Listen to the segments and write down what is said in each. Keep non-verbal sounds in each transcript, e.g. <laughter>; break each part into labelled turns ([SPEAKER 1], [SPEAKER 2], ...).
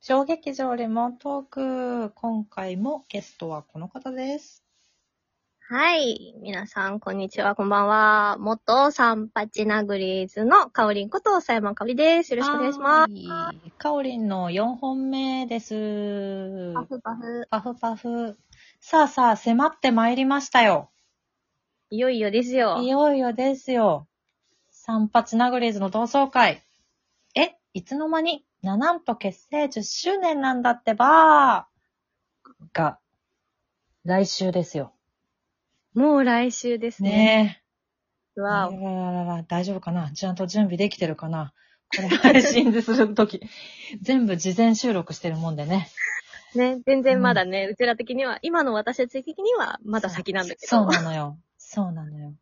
[SPEAKER 1] 小劇場レモントーク。今回もゲストはこの方です。
[SPEAKER 2] はい。皆さん、こんにちは、こんばんは。元三八ナグリーズのかおりんこと、さやまかおりです。よろしくお願いします。
[SPEAKER 1] す。かおりんの4本目です。
[SPEAKER 2] パフパフ。
[SPEAKER 1] パフパフ。さあさあ、迫ってまいりましたよ。
[SPEAKER 2] いよいよですよ。
[SPEAKER 1] いよいよですよ。三八ナグレーズの同窓会。え、いつの間に、ナナンと結成10周年なんだってばが、来週ですよ。
[SPEAKER 2] もう来週ですね。
[SPEAKER 1] ねえ。
[SPEAKER 2] わ
[SPEAKER 1] あ
[SPEAKER 2] お。
[SPEAKER 1] らららら大丈夫かなちゃんと準備できてるかなこれ配信でするとき、全部事前収録してるもんでね。
[SPEAKER 2] ね、全然まだね、うちら的には、今の私たち的には、まだ先なんだけど。
[SPEAKER 1] そうなのよ。そうなのよ。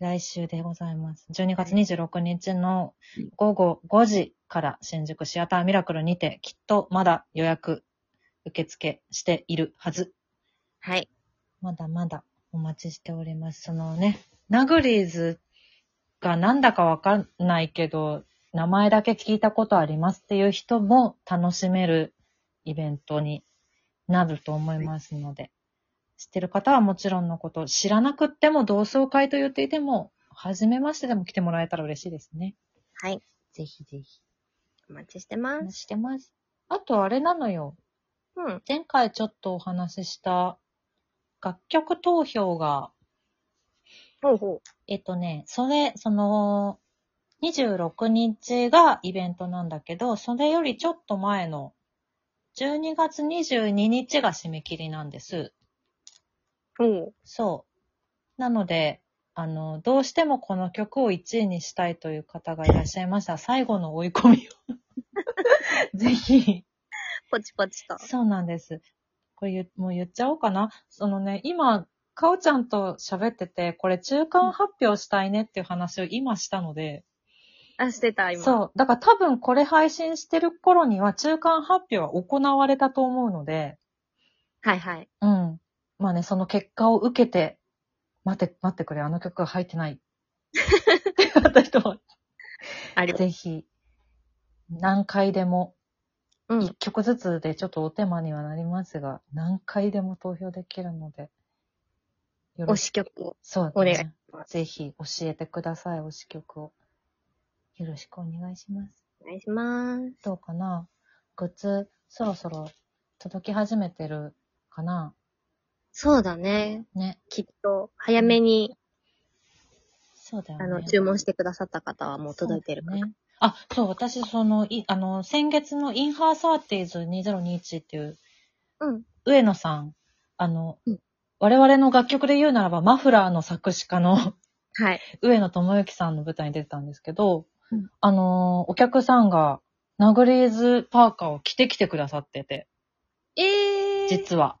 [SPEAKER 1] 来週でございます。12月26日の午後5時から新宿シアターミラクルにて、きっとまだ予約受付しているはず。
[SPEAKER 2] はい。
[SPEAKER 1] まだまだお待ちしております。そのね、ナグリーズがなんだかわかんないけど、名前だけ聞いたことありますっていう人も楽しめるイベントになると思いますので、知ってる方はもちろんのこと、知らなくっても同窓会と言っていても、初めましてでも来てもらえたら嬉しいですね。
[SPEAKER 2] はい。
[SPEAKER 1] ぜひぜひ。
[SPEAKER 2] お待ちして
[SPEAKER 1] お
[SPEAKER 2] ま
[SPEAKER 1] 待
[SPEAKER 2] す。
[SPEAKER 1] ちしてます。あとあれなのよ。
[SPEAKER 2] うん。
[SPEAKER 1] 前回ちょっとお話しした楽曲投票が
[SPEAKER 2] ほうほ
[SPEAKER 1] えっとね、それ、その、26日がイベントなんだけど、それよりちょっと前の、12月22日が締め切りなんです。
[SPEAKER 2] う。ほ
[SPEAKER 1] そう。なので、あの、どうしてもこの曲を1位にしたいという方がいらっしゃいましたら。最後の追い込みを。 <laughs> ぜひ。
[SPEAKER 2] う。ポチポチと。
[SPEAKER 1] そうなんです。これ言もう言っちゃおうかな。そのね、今、かおちゃんと喋ってて、これ中間発表したいねっていう話を今したので、
[SPEAKER 2] あ、してた、今。う。
[SPEAKER 1] そう。だから多分これ配信してる頃には中間発表は行われたと思うので、
[SPEAKER 2] はいはい。
[SPEAKER 1] うん。まあね、その結果を受けて、待って、待ってくれ、あの曲が入って
[SPEAKER 2] <laughs>
[SPEAKER 1] ない。ってなった人は、
[SPEAKER 2] あります。
[SPEAKER 1] ぜひ、何回でも、
[SPEAKER 2] うん。
[SPEAKER 1] 一曲ずつでちょっとお手間にはなりますが、何回でも投票できるので、よ
[SPEAKER 2] 推
[SPEAKER 1] く。
[SPEAKER 2] し曲を。
[SPEAKER 1] そう、ね。
[SPEAKER 2] お願い
[SPEAKER 1] ぜひ教えてください、推し曲を。よろしくお願いします。
[SPEAKER 2] お願いします。
[SPEAKER 1] どうかなグッズ、そろそろ届き始めてるかな
[SPEAKER 2] そうだね。
[SPEAKER 1] ね。
[SPEAKER 2] きっと、早めに
[SPEAKER 1] そうだよね。
[SPEAKER 2] あの、注文してくださった方はもう届いてるか
[SPEAKER 1] そう
[SPEAKER 2] な。
[SPEAKER 1] だね。あ、そう、私、その、い、あの、先月のインハーサーティーズ2021っていう、
[SPEAKER 2] うん。
[SPEAKER 1] 上野さん、あの、
[SPEAKER 2] うん
[SPEAKER 1] 我々の楽曲で言うならば、マフラーの作詞家の <laughs>
[SPEAKER 2] はい。
[SPEAKER 1] 上野智之さんの舞台に出てたんですけど、
[SPEAKER 2] うん
[SPEAKER 1] あの、お客さんが、ナグリーズパーカーを着てきてくださってて、
[SPEAKER 2] ええー。
[SPEAKER 1] 実は。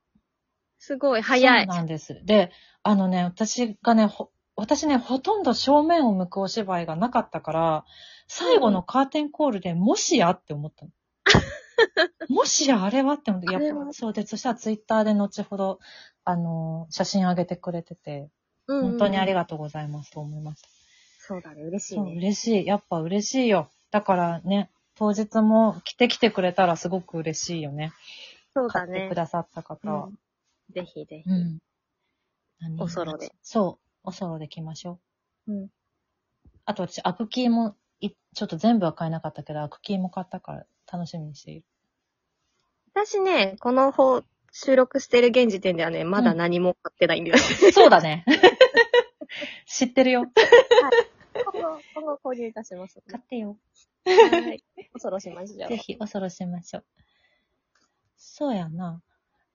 [SPEAKER 2] すごい、早い。
[SPEAKER 1] そうなんです。で、あのね、私がね、ほ私ね、ほとんど正面を向くお芝居がなかったから、最後のカーテンコールで、もしやって思
[SPEAKER 2] <laughs>
[SPEAKER 1] ったの。もしやあれはって思って、や
[SPEAKER 2] あれ
[SPEAKER 1] っぱ、
[SPEAKER 2] は
[SPEAKER 1] そうで、そしたらツイッターで後ほど、あのー、写真あげてくれてて、
[SPEAKER 2] うん
[SPEAKER 1] 本当にあり
[SPEAKER 2] が
[SPEAKER 1] がとうございますと思いました。
[SPEAKER 2] そうだね、嬉しい
[SPEAKER 1] そう、
[SPEAKER 2] ね。
[SPEAKER 1] 嬉しい。やっぱ嬉しいよ。だからね、当日も来てきてくれたらすごく嬉しいよね。
[SPEAKER 2] そう
[SPEAKER 1] 買
[SPEAKER 2] だ
[SPEAKER 1] って
[SPEAKER 2] ね
[SPEAKER 1] く。ださった方は。
[SPEAKER 2] うんぜひぜひ。
[SPEAKER 1] うん。何
[SPEAKER 2] おそろで。
[SPEAKER 1] そう。おそろで来ましょ
[SPEAKER 2] うん。
[SPEAKER 1] う。あと私、アクキーもい、ちょっと全部は買えなかったけど、アクキーも買ったから楽しみにして
[SPEAKER 2] <laughs>
[SPEAKER 1] いる。
[SPEAKER 2] 私ね、この方、収録してる現時点ではね、まだ何も買ってないんだよ。
[SPEAKER 1] そうだ
[SPEAKER 2] <laughs>
[SPEAKER 1] ね。知ってるよ。
[SPEAKER 2] 今後、今後購入いた
[SPEAKER 1] <laughs>
[SPEAKER 2] します。
[SPEAKER 1] 買ってよ。
[SPEAKER 2] はい。そろしましょう
[SPEAKER 1] ぜ。ひ、おそろしましょう。そうやな。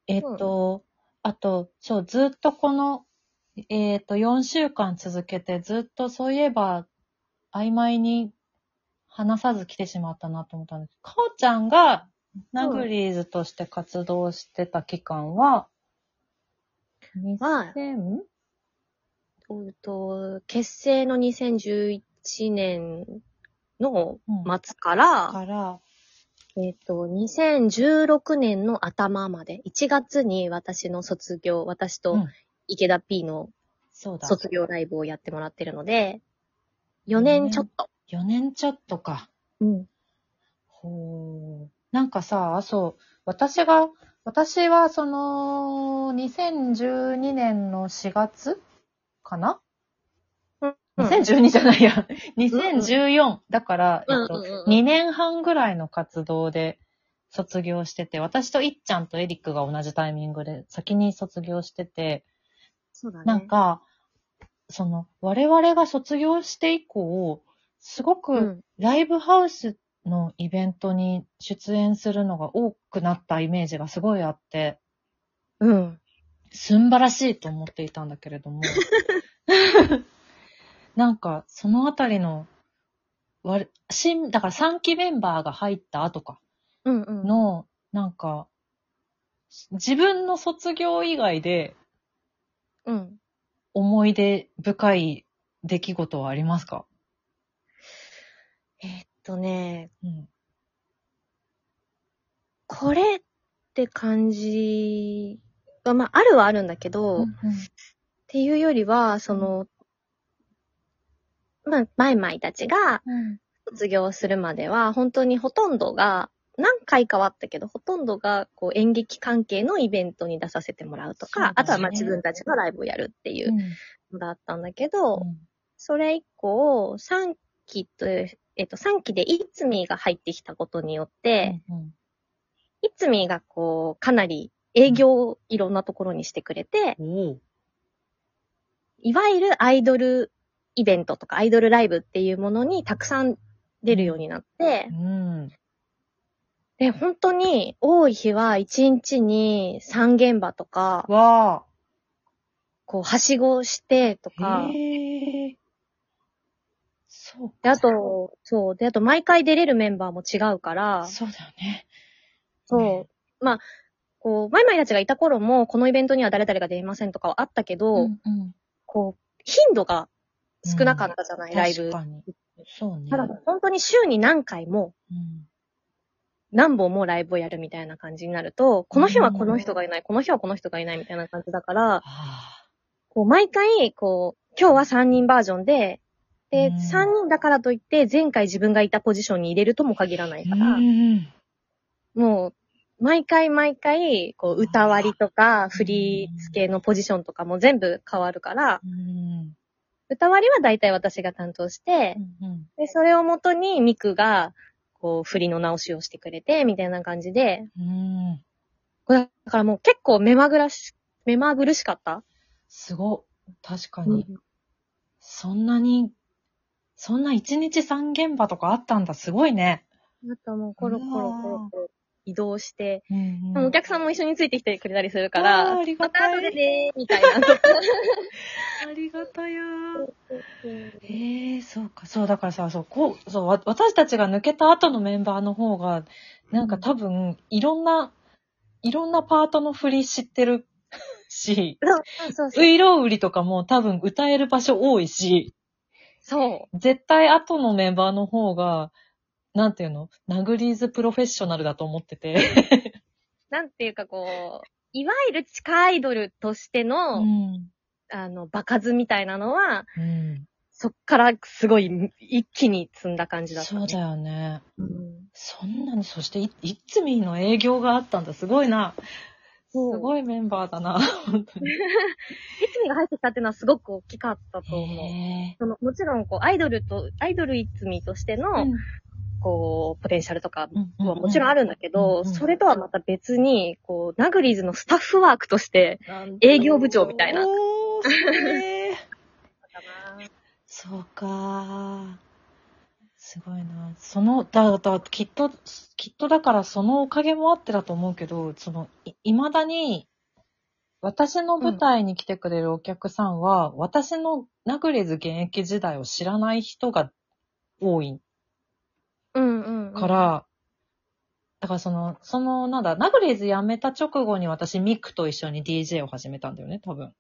[SPEAKER 1] えっ、と、あと、そう、ずっとこの、えっ、と、4週間続けて、ずっとそういえば、曖昧に話さず来てしまったなと思ったんですかおちゃんが、ナグリーズとして活動してた期間は、
[SPEAKER 2] は
[SPEAKER 1] 2000?
[SPEAKER 2] うんと、結成の2011年の末から、
[SPEAKER 1] から、
[SPEAKER 2] えっ、と、2016年の頭まで、1月に私の卒業、私
[SPEAKER 1] う
[SPEAKER 2] と
[SPEAKER 1] ん
[SPEAKER 2] 池田 P の
[SPEAKER 1] そうだ。
[SPEAKER 2] 卒業ライブをやってもらってるので、4年ちょっと。
[SPEAKER 1] 4年ちょっとか。
[SPEAKER 2] うん。
[SPEAKER 1] ほう。なんかさ、そう、私が、私はその、2012年の4月かな、
[SPEAKER 2] うん
[SPEAKER 1] ?2012 じゃないや。2014。だから、
[SPEAKER 2] うん
[SPEAKER 1] えっ
[SPEAKER 2] うん
[SPEAKER 1] と、
[SPEAKER 2] うん
[SPEAKER 1] 2年半ぐらいの活動で卒業してて、私といっちゃんとエリックが同じタイミングで先に卒業してて、
[SPEAKER 2] そうだね。
[SPEAKER 1] なん、か、その、我々が卒業して以降、すご
[SPEAKER 2] う
[SPEAKER 1] く
[SPEAKER 2] ん。
[SPEAKER 1] ライブハウスのイベントに出演するのが多くなったイメージがすごいあって、
[SPEAKER 2] うん。
[SPEAKER 1] すんばらしいと思っていたんだけれども、なんか、そのあたりの、われ新、だから3期メンバーが入った後か、
[SPEAKER 2] うんうん。
[SPEAKER 1] の、なんか、自分の卒業以外で
[SPEAKER 2] うん。
[SPEAKER 1] 思い出深い出来事はありますか
[SPEAKER 2] えーっとね、
[SPEAKER 1] うん。
[SPEAKER 2] これって感じは、まあ、あるはあるんだけど、
[SPEAKER 1] うん
[SPEAKER 2] っていうよりは、その、まあ、マイマイたちが
[SPEAKER 1] うん
[SPEAKER 2] 卒業するまでは、本当にほとんどが、何回かはあったけど、ほとんどが、こう、演劇関係のイベントに出させてもらうとか、
[SPEAKER 1] そうだね
[SPEAKER 2] あとは、まあ、自分たちのライブをやるっていうのだったんだけど、それ以降、3期という、えっと、3期でいつみが入ってきたことによって、
[SPEAKER 1] うん
[SPEAKER 2] いつみがこう、かなり営業をいろんなところにしてくれて、
[SPEAKER 1] おう
[SPEAKER 2] いわゆるアイドルイベントとかアイドルライブっていうものにたくさん出るようになって
[SPEAKER 1] う、ん。
[SPEAKER 2] で、本当に多い日は1日に3現場とか、
[SPEAKER 1] わ
[SPEAKER 2] こう、はしごしてと
[SPEAKER 1] あ。
[SPEAKER 2] か、
[SPEAKER 1] へえ。そう
[SPEAKER 2] で、
[SPEAKER 1] か。
[SPEAKER 2] あと、そう、で、あと毎回出れるメンバーも違うから、
[SPEAKER 1] そうだよね。ね
[SPEAKER 2] そう。まあ、こう、マイマイたちがいた頃も、このイベントには誰々が出れませんとかはあったけど、
[SPEAKER 1] うんうん
[SPEAKER 2] こう、頻度が少なかったじゃない、ライ
[SPEAKER 1] 確
[SPEAKER 2] ブ。
[SPEAKER 1] かに。そうね。
[SPEAKER 2] ただ、本当に週に何回も、
[SPEAKER 1] うん
[SPEAKER 2] 何本もライブをやるみたいな感じになると、この日はこの人がいない、この日はこの人がいないみたいな感じだから、
[SPEAKER 1] あ
[SPEAKER 2] こう、毎回、こう、今日は3人バージョンで、で、
[SPEAKER 1] うん
[SPEAKER 2] 3人だからといって、前回自分がいたポジションに入れるとも限らない
[SPEAKER 1] ー
[SPEAKER 2] か
[SPEAKER 1] う
[SPEAKER 2] ら、
[SPEAKER 1] ん
[SPEAKER 2] もう、毎回毎回、こう、歌割りとか、振り付けのポジションとかも全部変わるから、
[SPEAKER 1] うん
[SPEAKER 2] 歌割りは大体私が担当して
[SPEAKER 1] う、んうん
[SPEAKER 2] で、それをもとにミクが、こう、振りの直しをしてくれて、みたいな感じで、
[SPEAKER 1] うん
[SPEAKER 2] これだからもう結構目まぐらし、目まぐるしかった、
[SPEAKER 1] すごっ。確かに。そんなに、そんな一日三現場とかあったんだ。すごいね。
[SPEAKER 2] あともうコロコロコロコロ移動して、
[SPEAKER 1] うん
[SPEAKER 2] お客さんも一緒についてきてくれたりするか
[SPEAKER 1] あー
[SPEAKER 2] ら、
[SPEAKER 1] ありが
[SPEAKER 2] ま
[SPEAKER 1] た
[SPEAKER 2] た
[SPEAKER 1] い
[SPEAKER 2] 後でねー、
[SPEAKER 1] <laughs>
[SPEAKER 2] みたいな。
[SPEAKER 1] ありがたやー。ええそうか。そう、だからさ、そう、こう、そう、わ私たちが抜けた後のメンバーの方が、なんか多分、いろんな、いろんなパートの振り知ってる <laughs> し、
[SPEAKER 2] そうそうそう。
[SPEAKER 1] ういろう売りとかも多分歌える場所多いし、
[SPEAKER 2] そう。
[SPEAKER 1] 絶対後のメンバーの方が、なんていうのナグリーズプロフェッショナルだと思ってて。
[SPEAKER 2] なんていうかこう、いわゆる地下アイドルとして
[SPEAKER 1] う
[SPEAKER 2] の、
[SPEAKER 1] ん。
[SPEAKER 2] あの、場数みたいなのは、
[SPEAKER 1] うん。
[SPEAKER 2] そっからすごい一気に積んだ感じだった、ね。
[SPEAKER 1] そうだよね。
[SPEAKER 2] うん
[SPEAKER 1] そんなに、そしてい、いつみの営業があったんだ。すごいな。す
[SPEAKER 2] そう
[SPEAKER 1] ごいメンバーだな。本当に。
[SPEAKER 2] いつみが入ってきたっていうのはすごく大きかったと思う。
[SPEAKER 1] へ
[SPEAKER 2] そのもちろん、こう、アイドルと、アイドルいつみとしての、
[SPEAKER 1] ー
[SPEAKER 2] こう、ポテンシャルとか
[SPEAKER 1] うん
[SPEAKER 2] はもちろんあ
[SPEAKER 1] る。
[SPEAKER 2] るんだけど、
[SPEAKER 1] うんうん
[SPEAKER 2] それとはまた別に、こう、ナグリーズのスタッフワークとして、営業部長みたいな
[SPEAKER 1] おー、すごいね
[SPEAKER 2] かな
[SPEAKER 1] そうか。すごいな。その、だ、だ、きっと、きっとだからそのおかげもあってだと思うけど、その、い、未だに、私の舞台に来てくれるお客さんは、私のナグレズ現役時代を知らない人が多い
[SPEAKER 2] うんうんうん。
[SPEAKER 1] から、だからその、その、なんだ、ナグレーズ辞めた直後に私、ミックと一緒に DJ を始めたんだよね、多分。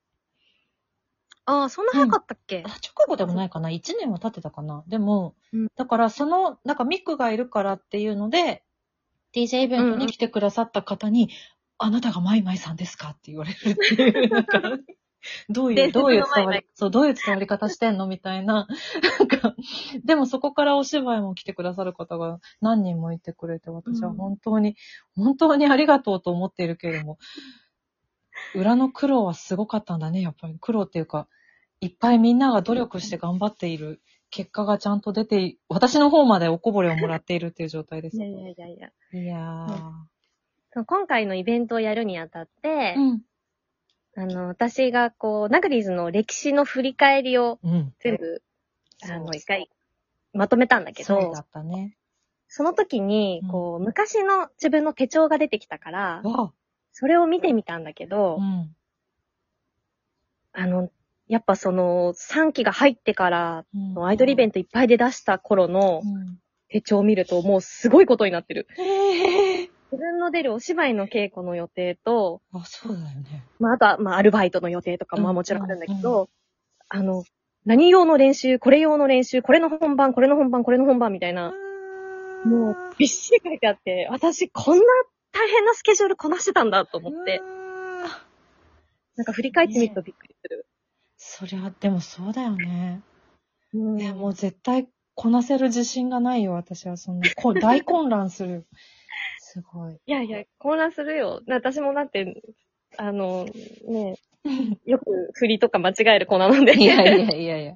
[SPEAKER 2] ああ、そんな早かったっけ
[SPEAKER 1] あ、直後でもないかな ?1 年は経ってたかなでも、
[SPEAKER 2] うん
[SPEAKER 1] だからその、なんかミックがいるからっていうので、DJ イベント
[SPEAKER 2] <laughs>
[SPEAKER 1] に来てくださった方に、あなたがマイマイさんですかって言われるっていう、なんか、どうい
[SPEAKER 2] 伝
[SPEAKER 1] う、
[SPEAKER 2] 説の
[SPEAKER 1] どういう伝わ
[SPEAKER 2] 前
[SPEAKER 1] り、そう、どういう伝わり方してんのみたいな。なんか、でもそこからお芝居も来てくださる方が何人もいてくれて、私は本当に、本当にありがとうと思っているけれども、裏の苦労はすごかったんだね、やっぱり。苦労っていうか、いっぱいみんなが努力して頑張っている。結果がちゃんと出てい、私の方までおこぼれをもらっているっていう状態です。
[SPEAKER 2] いや
[SPEAKER 1] い
[SPEAKER 2] いやいやいや。
[SPEAKER 1] やー。
[SPEAKER 2] その今回のイベントをやるにあたって、
[SPEAKER 1] うん。
[SPEAKER 2] あの、私がこう、ナグリーズの歴史の振り返りを
[SPEAKER 1] うん。
[SPEAKER 2] 全部、
[SPEAKER 1] そう
[SPEAKER 2] あの、一回、まとめたんだけ
[SPEAKER 1] そう
[SPEAKER 2] ど
[SPEAKER 1] だ、ったね。
[SPEAKER 2] その時に、こう、昔の自分の手帳が出てきたから、
[SPEAKER 1] わ
[SPEAKER 2] それを見てみたんだけど
[SPEAKER 1] あ。う、ん。
[SPEAKER 2] あの、やっぱその、3期が入ってから、
[SPEAKER 1] うん
[SPEAKER 2] アイドルイベントいっぱいで出した頃の手帳を見ると、もうすごいことになってる。
[SPEAKER 1] ええ
[SPEAKER 2] 自分の出るお芝居の稽古の予定と、
[SPEAKER 1] あ、そうだよね。
[SPEAKER 2] まあ、あとは、まあ、アルバイトの予定とか
[SPEAKER 1] うん
[SPEAKER 2] ももちろんあるんだけ
[SPEAKER 1] うん
[SPEAKER 2] ど、あの、何用の練習、これ用の練習、これの本番、これの本番、これの本番みたいな、もうびっしり書いてあって、私こんな大変なスケジュールこなしてたんだと思って、
[SPEAKER 1] うわー
[SPEAKER 2] なんか振り返ってみるとびっくりする。
[SPEAKER 1] そりゃ、でもそうだよね。
[SPEAKER 2] うん
[SPEAKER 1] いや、もう絶対こなせる自信がないよ、私は。そんな、こ <laughs> 大混乱する。すごい。
[SPEAKER 2] いやいや、混乱するよ。な私もだって、あの、ね、よく振りとか間違える子なので。
[SPEAKER 1] <laughs> いやいやいやいや。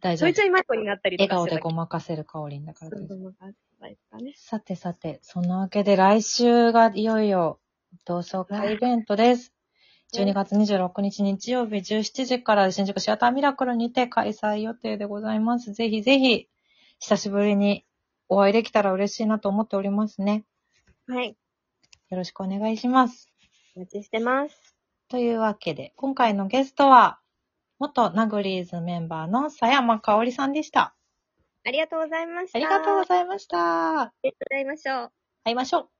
[SPEAKER 1] 大
[SPEAKER 2] ち
[SPEAKER 1] 丈
[SPEAKER 2] ょい
[SPEAKER 1] 夫
[SPEAKER 2] ち。ょいマイコになったりと
[SPEAKER 1] 笑
[SPEAKER 2] か
[SPEAKER 1] 顔
[SPEAKER 2] して
[SPEAKER 1] で
[SPEAKER 2] たけ
[SPEAKER 1] ごまかせる香りんだから大
[SPEAKER 2] ど。
[SPEAKER 1] 丈夫。
[SPEAKER 2] そうそうね
[SPEAKER 1] さてさて、そのわけで来週がいよいよ同窓会イベントです。
[SPEAKER 2] はい
[SPEAKER 1] 12月26日日曜日17時から新宿シアターミラクルにて開催予定でございます。ぜひぜひ、久しぶりにお会いできたら嬉しいなと思っておりますね。
[SPEAKER 2] はい。
[SPEAKER 1] よろしくお願いします。
[SPEAKER 2] お待ちしてます。
[SPEAKER 1] というわけで、今回のゲストは、元ナグリーズメンバーの佐山香織さんでした。
[SPEAKER 2] ありがとうございました。
[SPEAKER 1] ありがとうございました。
[SPEAKER 2] ありがとうございましょう。
[SPEAKER 1] 会いましょう。